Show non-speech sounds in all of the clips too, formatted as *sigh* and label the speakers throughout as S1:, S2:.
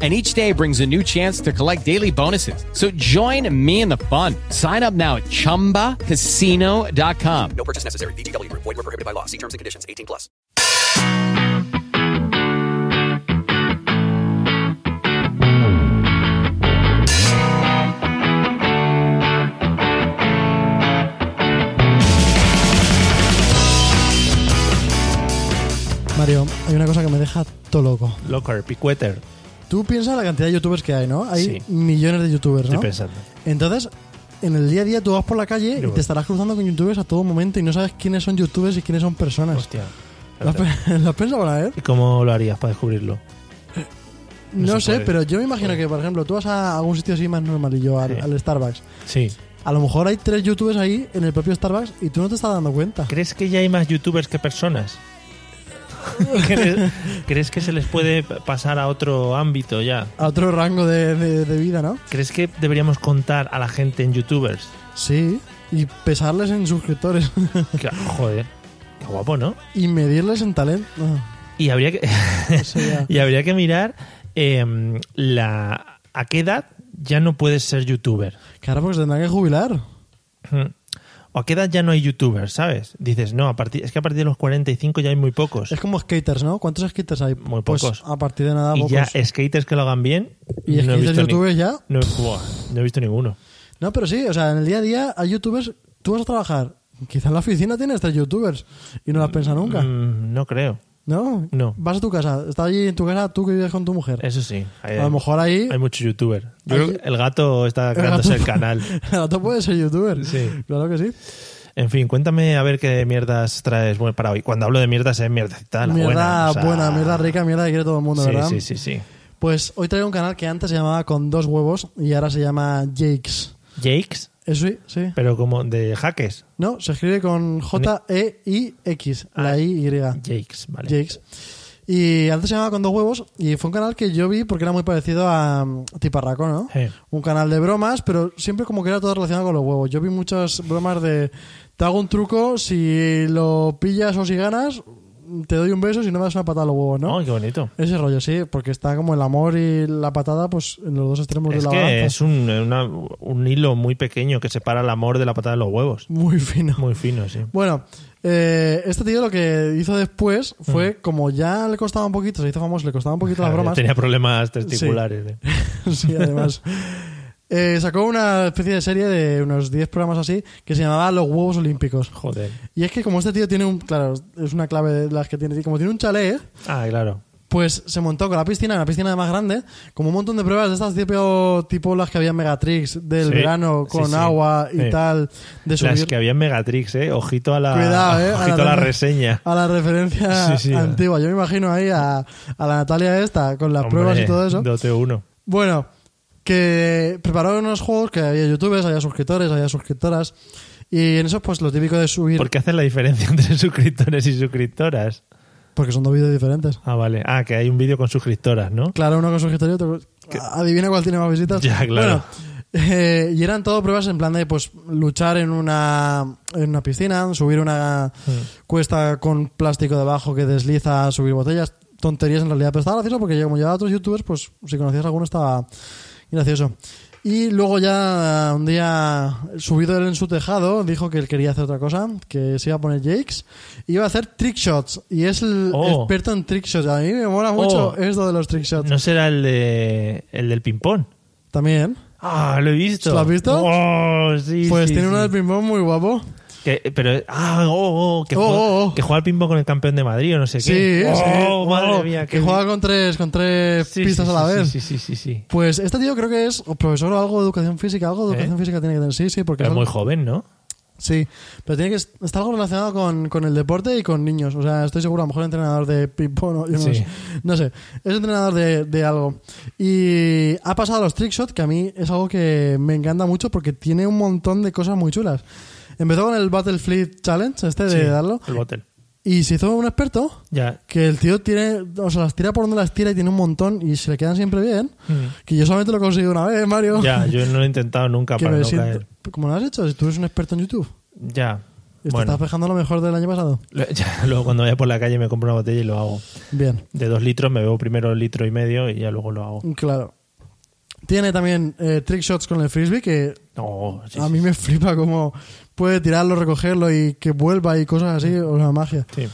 S1: and each day brings a new chance to collect daily bonuses. So join me in the fun. Sign up now at ChumbaCasino.com.
S2: No purchase necessary. VGW Group. Void were prohibited by law. See terms and conditions. 18 plus.
S3: Mario, hay una cosa que me deja todo loco.
S4: Locker, Pickwetter.
S3: Tú piensas la cantidad de youtubers que hay, ¿no? Hay
S4: Sí.
S3: millones de youtubers,
S4: Estoy
S3: ¿no?
S4: pensando.
S3: Entonces, en el día a día tú vas por la calle y
S4: voy.
S3: te estarás cruzando con youtubers a todo momento y no sabes quiénes son youtubers y quiénes son personas.
S4: Hostia.
S3: ¿Lo has, pe- *laughs* lo has pensado alguna vez?
S4: ¿Y cómo lo harías para descubrirlo?
S3: No,
S4: No se
S3: sé,
S4: puede.
S3: pero yo me imagino que, por ejemplo, tú vas a algún sitio así más normalillo, al,
S4: Sí.
S3: al Starbucks.
S4: Sí.
S3: A lo mejor hay tres youtubers ahí en el propio Starbucks y tú no te estás dando cuenta.
S4: ¿Crees que ya hay más youtubers que personas? ¿Crees, crees que se les puede pasar a otro ámbito ya?
S3: A otro rango de, de- de vida, ¿no?
S4: ¿Crees que deberíamos contar a la gente en youtubers?
S3: Sí. Y pesarles en suscriptores *laughs*
S4: Que- joder, qué guapo, ¿no?
S3: y medirles en talento. No,
S4: Y habría que, *laughs*
S3: eso ya.
S4: y habría que mirar em, la, a qué edad ya no puedes ser youtuber.
S3: Claro, porque se tendrán que jubilar.
S4: Ujú. O a qué edad ya no hay youtubers, ¿sabes? Dices, no, a partir, es que a partir de los 45 ya hay muy pocos.
S3: Es como skaters, ¿no? ¿Cuántos skaters hay?
S4: Muy
S3: Pues,
S4: pocos.
S3: a partir de nada,
S4: y
S3: pocos.
S4: ya skaters que lo hagan bien.
S3: Y
S4: no he
S3: skaters
S4: visto ni-
S3: youtubers ya.
S4: No, buah, no he visto ninguno.
S3: No, pero sí, o sea, en el día a día hay youtubers. Tú vas a trabajar. Quizá en la oficina tienes tres youtubers y no las piensas nunca.
S4: Mm, no creo.
S3: ¿No?
S4: No.
S3: Vas a tu casa. Está allí en tu casa tú que vives con tu mujer.
S4: Eso sí. Hay,
S3: a lo mejor ahí.
S4: Eh, hay mucho youtuber. Yo
S3: Hay-
S4: creo que el gato está
S3: el gato-
S4: creándose el canal.
S3: *laughs* el gato puede ser youtuber.
S4: Sí.
S3: Claro que sí.
S4: En fin, cuéntame a ver qué mierdas traes bueno, para hoy. Cuando hablo de mierdas es mierdecita, la
S3: mierda
S4: buena.
S3: buena,
S4: o sea-
S3: mierda rica, mierda que quiere todo el mundo,
S4: sí,
S3: ¿verdad?
S4: sí, sí, sí.
S3: Pues hoy traigo un canal que antes se llamaba Con dos huevos y ahora se llama Jakes.
S4: Jakes,
S3: Eso sí, sí.
S4: pero como de jaques.
S3: No, se escribe con J-E-I-X, la
S4: Ah,
S3: I-Y.
S4: Jakes, vale.
S3: Jakes. Y antes se llamaba Con dos huevos y fue un canal que yo vi porque era muy parecido a mm, Tiparraco, ¿no?
S4: Sí.
S3: Un canal de bromas, pero siempre como que era todo relacionado con los huevos. Yo vi muchas bromas de te hago un truco, si lo pillas o si ganas, te doy un beso, si no me das una patada a los huevos, ¿no?
S4: Ay, qué bonito.
S3: Ese rollo, sí, porque está como el amor y la patada, pues en los dos extremos
S4: Es
S3: de la
S4: que
S3: balanza.
S4: es un, una- un hilo muy pequeño que separa el amor de la patada de los huevos.
S3: Muy fino.
S4: Muy fino, sí.
S3: Bueno, eh, este tío lo que hizo después fue, como ya le costaba un poquito, se hizo famoso, le costaba un poquito
S4: *laughs*
S3: las bromas.
S4: Mm. Tenía problemas testiculares. eh.
S3: *laughs* sí, además. eh, sacó una especie de serie de unos 10 programas así que se llamaba Los Huevos Olímpicos.
S4: Joder.
S3: Y es que como este tío tiene un... Claro, es una clave de las que tiene. Como tiene un chalet,
S4: Ah, claro.
S3: pues se montó con la piscina, una piscina más grande, como un montón de pruebas de estas tipo, tipo las que había en Megatrix del
S4: Sí,
S3: verano
S4: sí,
S3: con
S4: sí.
S3: agua y
S4: Sí.
S3: tal, de
S4: Las
S3: subir
S4: que había en Megatrix, eh. Ojito a la,
S3: Cuidado, eh,
S4: ojito a la reseña.
S3: a la referencia
S4: Sí, sí.
S3: antigua. Yo me imagino ahí a, a la Natalia esta con las
S4: Hombre,
S3: pruebas y todo eso.
S4: Dote 1.
S3: Bueno, que prepararon unos juegos que había youtubers, había suscriptores, había suscriptoras. Y en eso, pues lo típico de subir.
S4: ¿Por qué hacen la diferencia entre *laughs* suscriptores y suscriptoras?
S3: Porque son dos vídeos diferentes.
S4: Ah, vale. Ah, que hay un vídeo con suscriptoras, ¿no?
S3: Claro, uno con suscriptor y otro. Adivina cuál tiene más visitas.
S4: Ya, claro.
S3: Bueno, eh, y eran todo pruebas en plan de pues luchar en una, en una piscina, subir una
S4: Mm.
S3: cuesta con plástico debajo que desliza, subir botellas. Tonterías en realidad, pero estaba gracioso porque yo, como llevaba a otros youtubers, pues si conocías alguno estaba gracioso. Y luego ya eh, un día, subido él en su tejado, dijo que él quería hacer otra cosa, que se iba a poner Jakes, y iba a hacer trick shots, y es el
S4: Oh.
S3: experto en trick shots. A mí me mola mucho
S4: Oh.
S3: esto de los trick shots.
S4: No será el, de, el del ping-pong.
S3: También.
S4: Ah, lo he visto.
S3: ¿Lo has visto?
S4: Oh, sí.
S3: Pues
S4: sí,
S3: tiene
S4: sí.
S3: uno del ping-pong muy guapo.
S4: Que- pero, ah, oh, oh, que,
S3: Oh,
S4: juega,
S3: oh, oh.
S4: que juega al ping-pong con el campeón de Madrid o no sé
S3: Sí,
S4: qué.
S3: sí.
S4: Oh, madre
S3: Oh,
S4: mía.
S3: Que juega con tres, con tres
S4: Sí, sí,
S3: pistas
S4: sí,
S3: a la
S4: sí,
S3: vez.
S4: Sí, sí, sí, sí.
S3: Pues este tío creo que es o profesor o algo de educación física, algo de
S4: ¿Eh?
S3: educación física tiene que tener. Sí, sí, porque
S4: Pero es
S3: son-
S4: muy joven, ¿no?
S3: Sí, pero tiene que estar algo relacionado con, con el deporte y con niños. O sea, estoy seguro, a lo mejor entrenador de ping-pong, o yo no,
S4: Sí.
S3: sé, No sé. es entrenador de, de algo. Y ha pasado a los trickshots, que a mí es algo que me encanta mucho porque tiene un montón de cosas muy chulas. Empezó con el Battlefield Challenge, este de
S4: Sí,
S3: darlo,
S4: El botel.
S3: y Y se hizo un experto *laughs*
S4: Ya.
S3: que el tío tiene, o sea, las tira por donde las tira y tiene un montón y se le quedan siempre bien.
S4: Mm.
S3: Que yo solamente lo he conseguido una vez, Mario.
S4: Ya, yo no lo he intentado
S3: *laughs*
S4: nunca
S3: que
S4: para
S3: me
S4: no
S3: siento-
S4: caer.
S3: ¿Cómo lo has hecho? Si tú eres un experto en YouTube.
S4: Ya.
S3: Y Te
S4: Bueno.
S3: estás dejando lo mejor del año pasado.
S4: Lo- *laughs* ya, luego cuando vaya por la calle me compro una botella y lo hago.
S3: Bien.
S4: De dos litros me bebo primero el litro y medio y ya luego lo hago.
S3: Claro. Tiene también eh, trick shots con el frisbee que
S4: No, sí,
S3: a
S4: sí,
S3: mí me flipa cómo puede tirarlo, recogerlo y que vuelva y cosas así, o sea, magia.
S4: sí.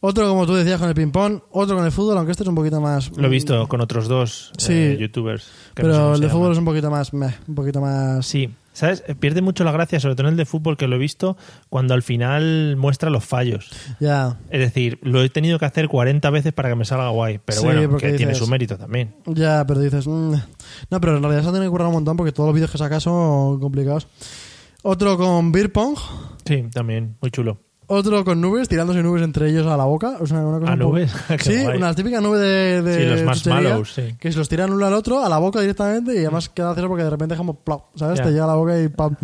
S3: Otro, como tú decías, con el ping-pong, otro con el fútbol, aunque este es un poquito más.
S4: Lo he visto con otros dos
S3: Mm. Sí.
S4: eh, youtubers. que no sé
S3: Pero
S4: cómo
S3: el
S4: se
S3: de fútbol
S4: llaman.
S3: es un poquito más. meh, un poquito más.
S4: Sí, ¿sabes? Eh, Pierde mucho la gracia, sobre todo en el de fútbol, que lo he visto cuando al final muestra los fallos.
S3: Ya.
S4: Es decir, lo he tenido que hacer 40 veces para que me salga guay. Pero
S3: Sí,
S4: bueno,
S3: porque
S4: que tiene
S3: dices-
S4: su mérito también.
S3: Ya, pero dices. mm. No, pero en realidad se han tenido que currar un montón porque todos los vídeos que sacas son complicados. Otro con beer pong.
S4: Sí, también, muy chulo.
S3: Otro con nubes, tirándose nubes entre ellos a la boca. O sea, una cosa
S4: ¿A
S3: un poco-
S4: nubes? *laughs* Qué
S3: sí,
S4: guay.
S3: una típica nube de. de
S4: Sí, los
S3: chuchería,
S4: marshmallows, sí.
S3: Que se los tiran uno al otro, a la boca directamente, y además queda cero porque de repente es como plop, ¿sabes?
S4: Ya.
S3: Te llega a la boca y pam.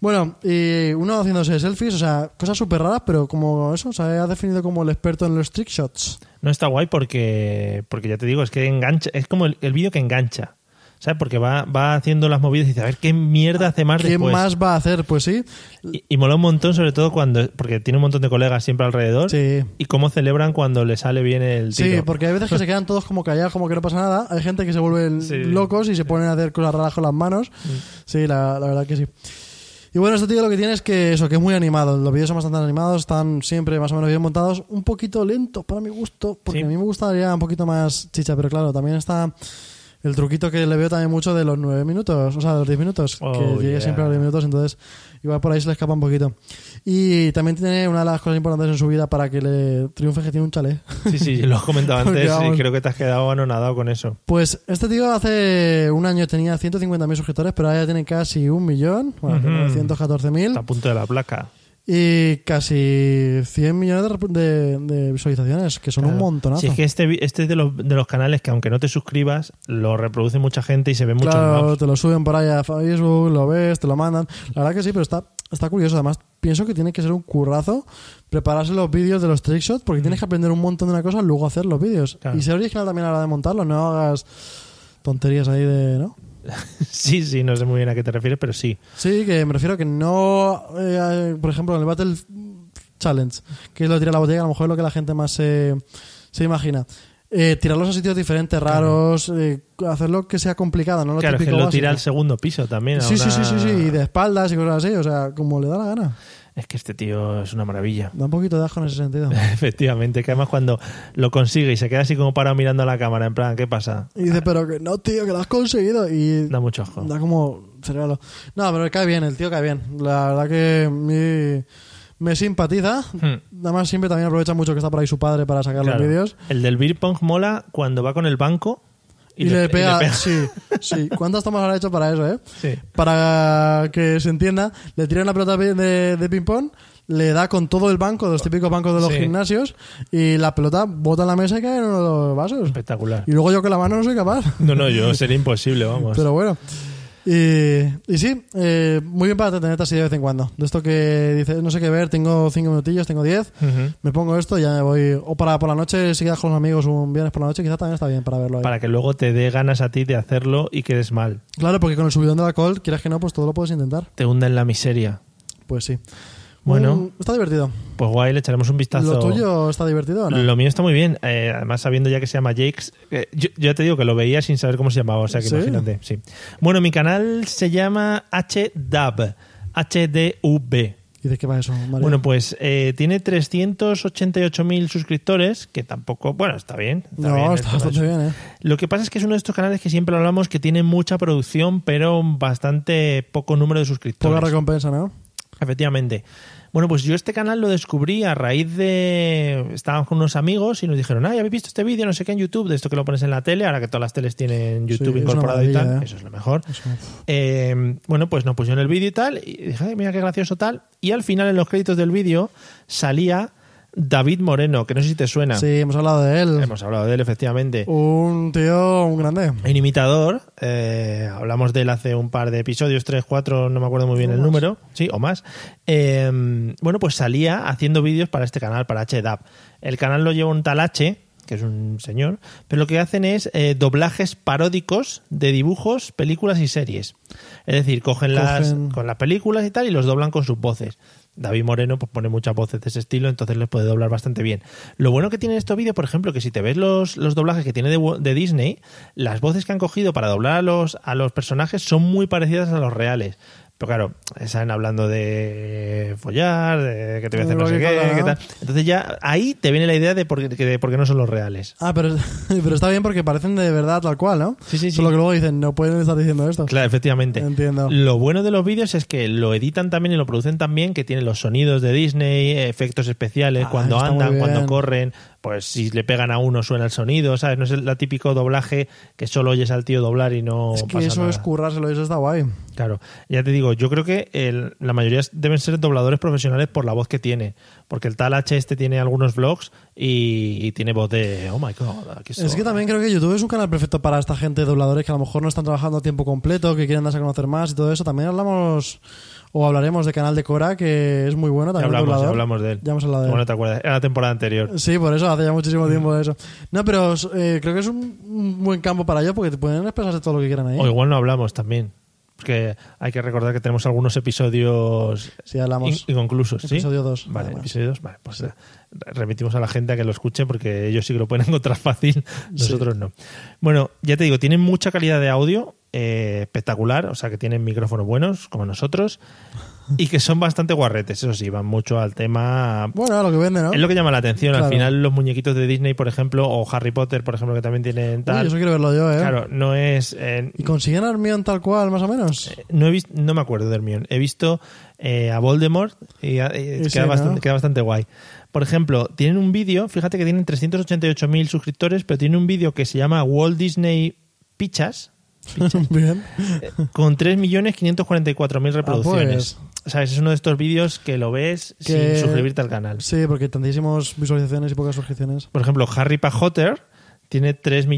S3: Bueno, y uno haciéndose selfies, o sea, cosas súper raras, pero como eso, o sea, ha definido como el experto en los trick shots.
S4: No está guay porque, porque ya te digo, es que engancha, es como el, el vídeo que engancha. ¿Sabes? Porque va, va haciendo las movidas y dice, a ver qué mierda hace más
S3: ¿Quién
S4: después.
S3: más va a hacer? Pues sí.
S4: Y, y mola un montón, sobre todo cuando. Porque tiene un montón de colegas siempre alrededor.
S3: Sí.
S4: Y cómo celebran cuando le sale bien el
S3: Sí,
S4: tiro.
S3: porque hay veces que se quedan todos como callados, como que no pasa nada. Hay gente que se vuelve
S4: Sí. Mm.
S3: locos y se ponen a hacer cosas raras con las manos. Sí, la, la verdad que sí. Y bueno, este tío lo que tiene es que eso, que es muy animado. Los vídeos son bastante animados, están siempre más o menos bien montados. Un poquito lentos para mi gusto, porque
S4: Sí.
S3: a mí me gustaría un poquito más chicha, pero claro, también está el truquito que le veo también mucho de los 9 minutos, o sea, de los 10 minutos,
S4: Oh,
S3: que llegue
S4: yeah.
S3: siempre a los 10 minutos, entonces igual por ahí se le escapa un poquito. Y también tiene una de las cosas importantes en su vida para que le triunfe, es que tiene un chalet.
S4: Sí, sí, lo has
S3: *laughs*
S4: comentado
S3: Porque
S4: antes
S3: vamos.
S4: y creo que te has quedado anonadado con eso.
S3: Pues este tío hace un año tenía 150.000 suscriptores, pero ahora ya tiene casi un millón, bueno,
S4: Ujú.
S3: 914.000
S4: Está a punto de la placa.
S3: y casi 100 millones de, rep- de- de visualizaciones, que son un
S4: Claro.
S3: montonazo.
S4: Si es que este, vi- este es de los, de los canales que aunque no te suscribas, lo reproduce mucha gente y se ven muchos
S3: claro,
S4: mobs.
S3: te lo suben por ahí a Facebook, lo ves, te lo mandan. La verdad que sí, pero está, está curioso. Además, pienso que tiene que ser un currazo prepararse los vídeos de los trickshots porque tienes que aprender un montón de una cosa luego hacer los vídeos.
S4: Claro.
S3: Y ser original también a la hora de montarlos, no hagas tonterías ahí de... ¿no?
S4: *laughs* Sí, sí, no sé muy bien a qué te refieres, pero sí.
S3: Sí, que me refiero a que no, eh, por ejemplo, en el Battle Challenge, que es lo de tirar la botella, que a lo mejor es lo que la gente más se, se imagina. Eh, tirarlos a sitios diferentes, raros, eh, hacerlo que sea complicado, no lo
S4: claro, es que
S3: típico
S4: lo
S3: básico.
S4: tira al segundo piso también. a
S3: Sí, sí,
S4: una-
S3: sí, sí, sí, y de espaldas y cosas así, o sea, como le da la gana.
S4: Es que este tío es una maravilla. *laughs*
S3: Da un poquito de asco en ese sentido.
S4: Efectivamente, que además cuando lo consigue y se queda así como parado mirando a la cámara, en plan, ¿qué pasa?
S3: Y dice, pero que no, tío, que lo has conseguido. Y
S4: Da mucho ojo.
S3: Da como cerebro. No, pero cae bien, el tío cae bien. La verdad que mi- me simpatiza.
S4: Hmm.
S3: Además, siempre también aprovecha mucho que está por ahí su padre para sacar
S4: Claro.
S3: los vídeos.
S4: El del beer pong mola cuando va con el banco
S3: Y, le, pega, Sí, *laughs* sí. ¿Cuántas tomas habrá hecho para eso, eh?
S4: *laughs* Sí.
S3: Para que se entienda, le tira una pelota de, de- de ping-pong, le da con todo el banco, los típicos bancos de los
S4: Sí.
S3: gimnasios, y la pelota bota en la mesa y cae en uno de los vasos.
S4: Espectacular.
S3: Y luego yo con la mano no soy capaz.
S4: No, no, yo sería imposible, vamos.
S3: Pero bueno. Y, y sí, eh, muy bien para entretenerte así de vez en cuando. De esto que dices, no sé qué ver, tengo cinco minutillos, tengo 10,
S4: Ujú.
S3: me pongo esto y ya me voy. O para por la noche, si quedas con los amigos un viernes por la noche, quizás también está bien para verlo ahí.
S4: Para que luego te dé ganas a ti de hacerlo y quedes mal.
S3: Claro, porque con el subidón del alcohol, quieras que no, pues todo lo puedes intentar.
S4: Te hunda en la miseria.
S3: Pues sí.
S4: Bueno.
S3: Mm, está divertido.
S4: Pues guay, le echaremos un vistazo.
S3: ¿Lo tuyo está divertido o no?
S4: Lo mío está muy bien. Eh, además, sabiendo ya que se llama Jakes, eh, yo, yo te digo que lo veía sin saber cómo se llamaba, o sea que
S3: ¿Sí?
S4: imagínate. Sí. Bueno, mi canal se llama HDAB. HDV.
S3: ¿Y de qué va eso, Mario?
S4: Bueno, pues eh, tiene 388.000 suscriptores, que tampoco, bueno, está bien. Está
S3: no,
S4: bien,
S3: está
S4: esto no es-
S3: bastante bien, ¿eh?
S4: Lo que pasa es que es uno de estos canales que siempre hablamos que tiene mucha producción, pero bastante poco número de
S3: Poca
S4: suscriptores.
S3: recompensa, ¿no?
S4: Efectivamente. Bueno, pues yo este canal lo descubrí a raíz de... Estábamos con unos amigos y nos dijeron, ay, ¿habéis visto este vídeo? No sé qué en YouTube, de esto que lo pones en la tele, ahora que todas las teles tienen
S3: es
S4: YouTube
S3: una
S4: incorporado y
S3: maravilla,
S4: tal.
S3: ¿eh?
S4: Eso es lo mejor.
S3: Eso.
S4: Eh, bueno, pues nos pusieron el vídeo y tal, y dije, ay, mira qué gracioso tal. Y al final, en los créditos del vídeo, salía David Moreno, que no sé si te suena.
S3: Sí, hemos hablado de él.
S4: Hemos hablado de él, efectivamente.
S3: Un tío, un grande.
S4: Un imitador. eh, hablamos de él hace un par de episodios, tres, cuatro, no me acuerdo muy bien el número. Sí, o más. Eh, bueno, pues salía haciendo vídeos para este canal, para HDAP. El canal lo lleva un tal H, que es un señor, pero lo que hacen es eh, doblajes paródicos de dibujos, películas y series. Es decir, cogen, las,
S3: Cogen-
S4: con las películas y tal y los doblan con sus voces. David Moreno pues, pone muchas voces de ese estilo, entonces les puede doblar bastante bien. Lo bueno que tiene estos vídeos, por ejemplo, que si te ves los, los doblajes que tiene de, Wo- de Disney, las voces que han cogido para doblar a los, a los personajes son muy parecidas a los reales. Pero claro, salen hablando de follar, de que te voy a hacer
S3: Lo
S4: no sé
S3: que
S4: qué,
S3: cada-
S4: qué tal. Entonces ya ahí te viene la idea de por qué, de por qué no son los reales.
S3: Ah, pero, *laughs* pero está bien porque parecen de verdad tal cual, ¿no?
S4: Sí, sí, sí.
S3: Solo que luego dicen, no pueden estar diciendo esto.
S4: Claro, efectivamente.
S3: Entiendo.
S4: Lo bueno de los vídeos es que lo editan también y lo producen también, que tienen los sonidos de Disney, efectos especiales,
S3: Ah,
S4: cuando
S3: eso está
S4: andan,
S3: muy
S4: cuando
S3: bien.
S4: corren, pues si le pegan a uno suena el sonido, ¿sabes? No es el el típico doblaje que solo oyes al tío doblar y no
S3: es que
S4: pasa
S3: eso
S4: nada.
S3: es currárselo, eso está guay.
S4: Claro, ya te digo, yo creo que el- la mayoría deben ser dobladores profesionales por la voz que tiene, porque el tal H este tiene algunos vlogs y, y tiene voz de, oh my god, aquí
S3: Es que también creo que YouTube es un canal perfecto para esta gente de dobladores que a lo mejor no están trabajando a tiempo completo, que quieren darse a conocer más y todo eso. También hablamos o hablaremos de canal de Cora, que es muy bueno
S4: Ya
S3: también.
S4: hablamos, ya
S3: doblador.
S4: hablamos de él.
S3: Ya hemos hablado de él.
S4: Bueno, Mm. te acuerdas, era la temporada anterior.
S3: Sí, por eso, hace ya muchísimo tiempo de eso. No, pero eh, creo que es un, un buen campo para ello porque te pueden expresarse todo lo que quieran ahí.
S4: O igual no hablamos también. Porque hay que recordar que tenemos algunos episodios
S3: Sí, hablamos.
S4: in- inconclusos. ¿sí?
S3: Episodio dos,
S4: Vale,
S3: nada más.
S4: episodio 2. Vale, pues eh, remitimos a la gente a que lo escuche porque ellos sí que lo pueden *laughs* encontrar fácil, nosotros no. Bueno, ya te digo, tienen mucha calidad de audio, eh, espectacular, o sea que tienen micrófonos buenos, como nosotros, y que son bastante guarretes, eso sí, van mucho al tema
S3: Bueno, lo que vende, ¿no?
S4: es lo que llama la atención. Al
S3: Claro.
S4: final, los muñequitos de Disney, por ejemplo, o Harry Potter, por ejemplo, que también tienen
S3: Uy,
S4: tal.
S3: eso quiero verlo yo, ¿eh?
S4: Claro, no es. eh,
S3: ¿Y consiguen a Hermione tal cual, más o menos? *laughs*
S4: no, he visto, no me acuerdo de Hermione. He visto eh, a Voldemort y, a- y
S3: sí,
S4: queda,
S3: ¿no?
S4: bastante, queda bastante guay. Por ejemplo, tienen un vídeo, fíjate que tienen 388.000 suscriptores, pero tienen un vídeo que se llama Walt Disney
S3: *laughs*
S4: Pichas
S3: Bien.
S4: eh, con 3.544.000
S3: Ah, pues.
S4: reproducciones. ¿Sabes? Es uno de estos vídeos que lo ves
S3: Que-
S4: sin suscribirte al canal.
S3: Sí, porque tantísimas visualizaciones y pocas suscripciones.
S4: Por ejemplo, Harry Potter tiene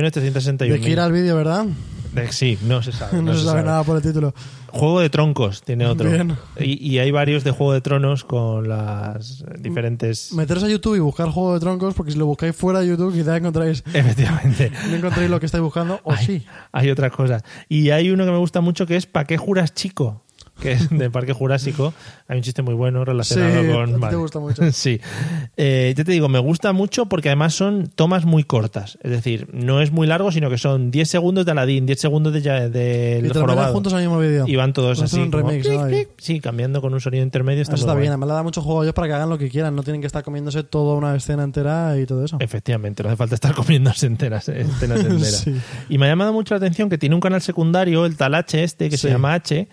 S4: 3.361.000.
S3: De que ir al vídeo, ¿verdad?
S4: De- Sí, no se
S3: *laughs*
S4: sabe.
S3: No, se sabe, nada por el título.
S4: Juego de Troncos tiene otro.
S3: Bien.
S4: Y, y hay varios de Juego de Tronos con las diferentes...
S3: Meteros a YouTube y buscar Juego de Troncos, porque si lo buscáis fuera de YouTube, quizá encontráis,
S4: Efectivamente.
S3: no encontráis lo que estáis buscando, o
S4: Hay-
S3: sí.
S4: Hay otras cosas. Y hay uno que me gusta mucho que es ¿Pa qué juras chico? Que es de Parque Jurásico. Hay un chiste muy bueno relacionado
S3: Sí,
S4: con...
S3: a ti te
S4: vale.
S3: gusta
S4: *laughs*
S3: mucho.
S4: sí. Eh, ya te digo, me gusta mucho porque además son tomas muy cortas. Es decir, no es muy largo, sino que son 10 segundos de Aladdin, 10 segundos de, ya- de
S3: Y te
S4: El
S3: lo meten
S4: Jorobado.
S3: juntos al mismo vídeo.
S4: Y van todos
S3: Hacen
S4: así.
S3: un
S4: como
S3: remix,
S4: clic,
S3: ¿no?
S4: clic. Sí, cambiando con un sonido intermedio. Está,
S3: Eso
S4: muy
S3: está
S4: guay.
S3: bien, además le da mucho juego a ellos para que hagan lo que quieran, no tienen que estar comiéndose toda una escena entera y todo eso.
S4: *laughs* Efectivamente, no hace falta estar comiéndose enteras, eh, escenas enteras.
S3: *laughs* Sí.
S4: Y me ha llamado mucho la atención que tiene un canal secundario, el tal H este, que se
S3: Sí.
S4: llama H,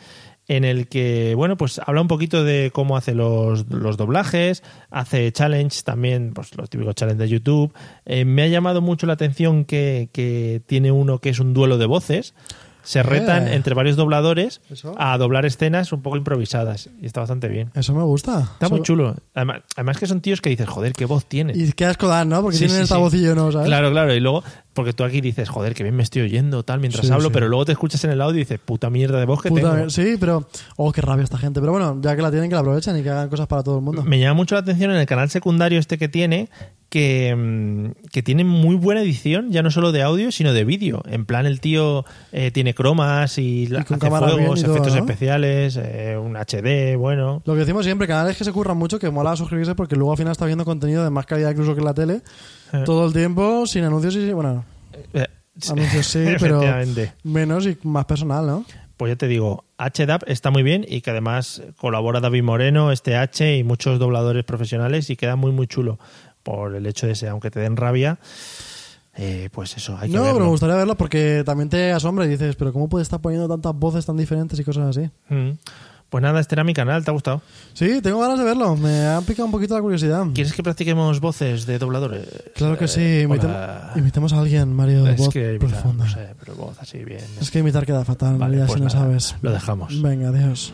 S4: en el que, bueno, pues habla un poquito de cómo hace los, los doblajes, hace challenge también, pues los típicos challenge de YouTube. Eh, me ha llamado mucho la atención que, que tiene uno que es un duelo de voces. Se retan
S3: Eh.
S4: entre varios dobladores
S3: Eso.
S4: a doblar escenas un poco improvisadas. Y está bastante bien.
S3: Eso me gusta.
S4: Está
S3: Eso-
S4: muy chulo. Además, además que son tíos que dices, joder, qué voz tiene.
S3: Y qué asco dan, ¿no? Porque
S4: Sí,
S3: tienen
S4: sí,
S3: esta
S4: sí.
S3: voz y yo no, ¿sabes?
S4: Claro, claro. Y luego, porque tú aquí dices, joder, que bien me estoy oyendo, tal, mientras
S3: Sí,
S4: hablo,
S3: sí.
S4: pero luego te escuchas en el audio y dices, puta mierda de voz que
S3: Puta,
S4: tengo.
S3: sí, pero. Oh, qué rabia esta gente. Pero bueno, ya que la tienen, que la aprovechen y que hagan cosas para todo el mundo.
S4: Me llama mucho la atención en el canal secundario este que tiene, que, mm, que tiene muy buena edición, ya no solo de audio, sino de vídeo. En plan, el tío eh, tiene cromas y, la-
S3: con
S4: hace
S3: cámara bien y
S4: fuegos,
S3: todo,
S4: efectos
S3: ¿no?
S4: especiales, eh, un HD, bueno.
S3: Lo que decimos siempre, canales que se curran mucho, que mola suscribirse porque luego al final está viendo contenido de más calidad incluso que la tele.
S4: Eh.
S3: Todo el tiempo, sin anuncios y. Bueno,
S4: Eh, *laughs*
S3: anuncios sí, pero.
S4: efectivamente.
S3: Menos y más personal, ¿no?
S4: Pues ya te digo, HDAP está muy bien y que además colabora David Moreno, este H y muchos dobladores profesionales y queda muy muy chulo por el hecho de ese, aunque te den rabia, eh, pues eso, hay que
S3: No, pero me
S4: verlo.
S3: gustaría verlo porque también te asombra y dices, pero ¿cómo puede estar poniendo tantas voces tan diferentes y cosas así?
S4: Mm. Pues nada, este era mi canal, ¿te ha gustado?
S3: Sí, tengo ganas de verlo. Me ha picado un poquito la curiosidad.
S4: ¿Quieres que practiquemos voces de dobladores?
S3: Claro que sí.
S4: Eh,
S3: imitem-
S4: hola.
S3: imitemos a alguien, Mario.
S4: Es
S3: voz
S4: que imitar,
S3: profunda.
S4: no sé, pero voz así bien.
S3: Es que imitar queda fatal, en
S4: Vale,
S3: realidad,
S4: pues
S3: si no
S4: nada, Pues
S3: sabes.
S4: Lo dejamos.
S3: Venga, adiós.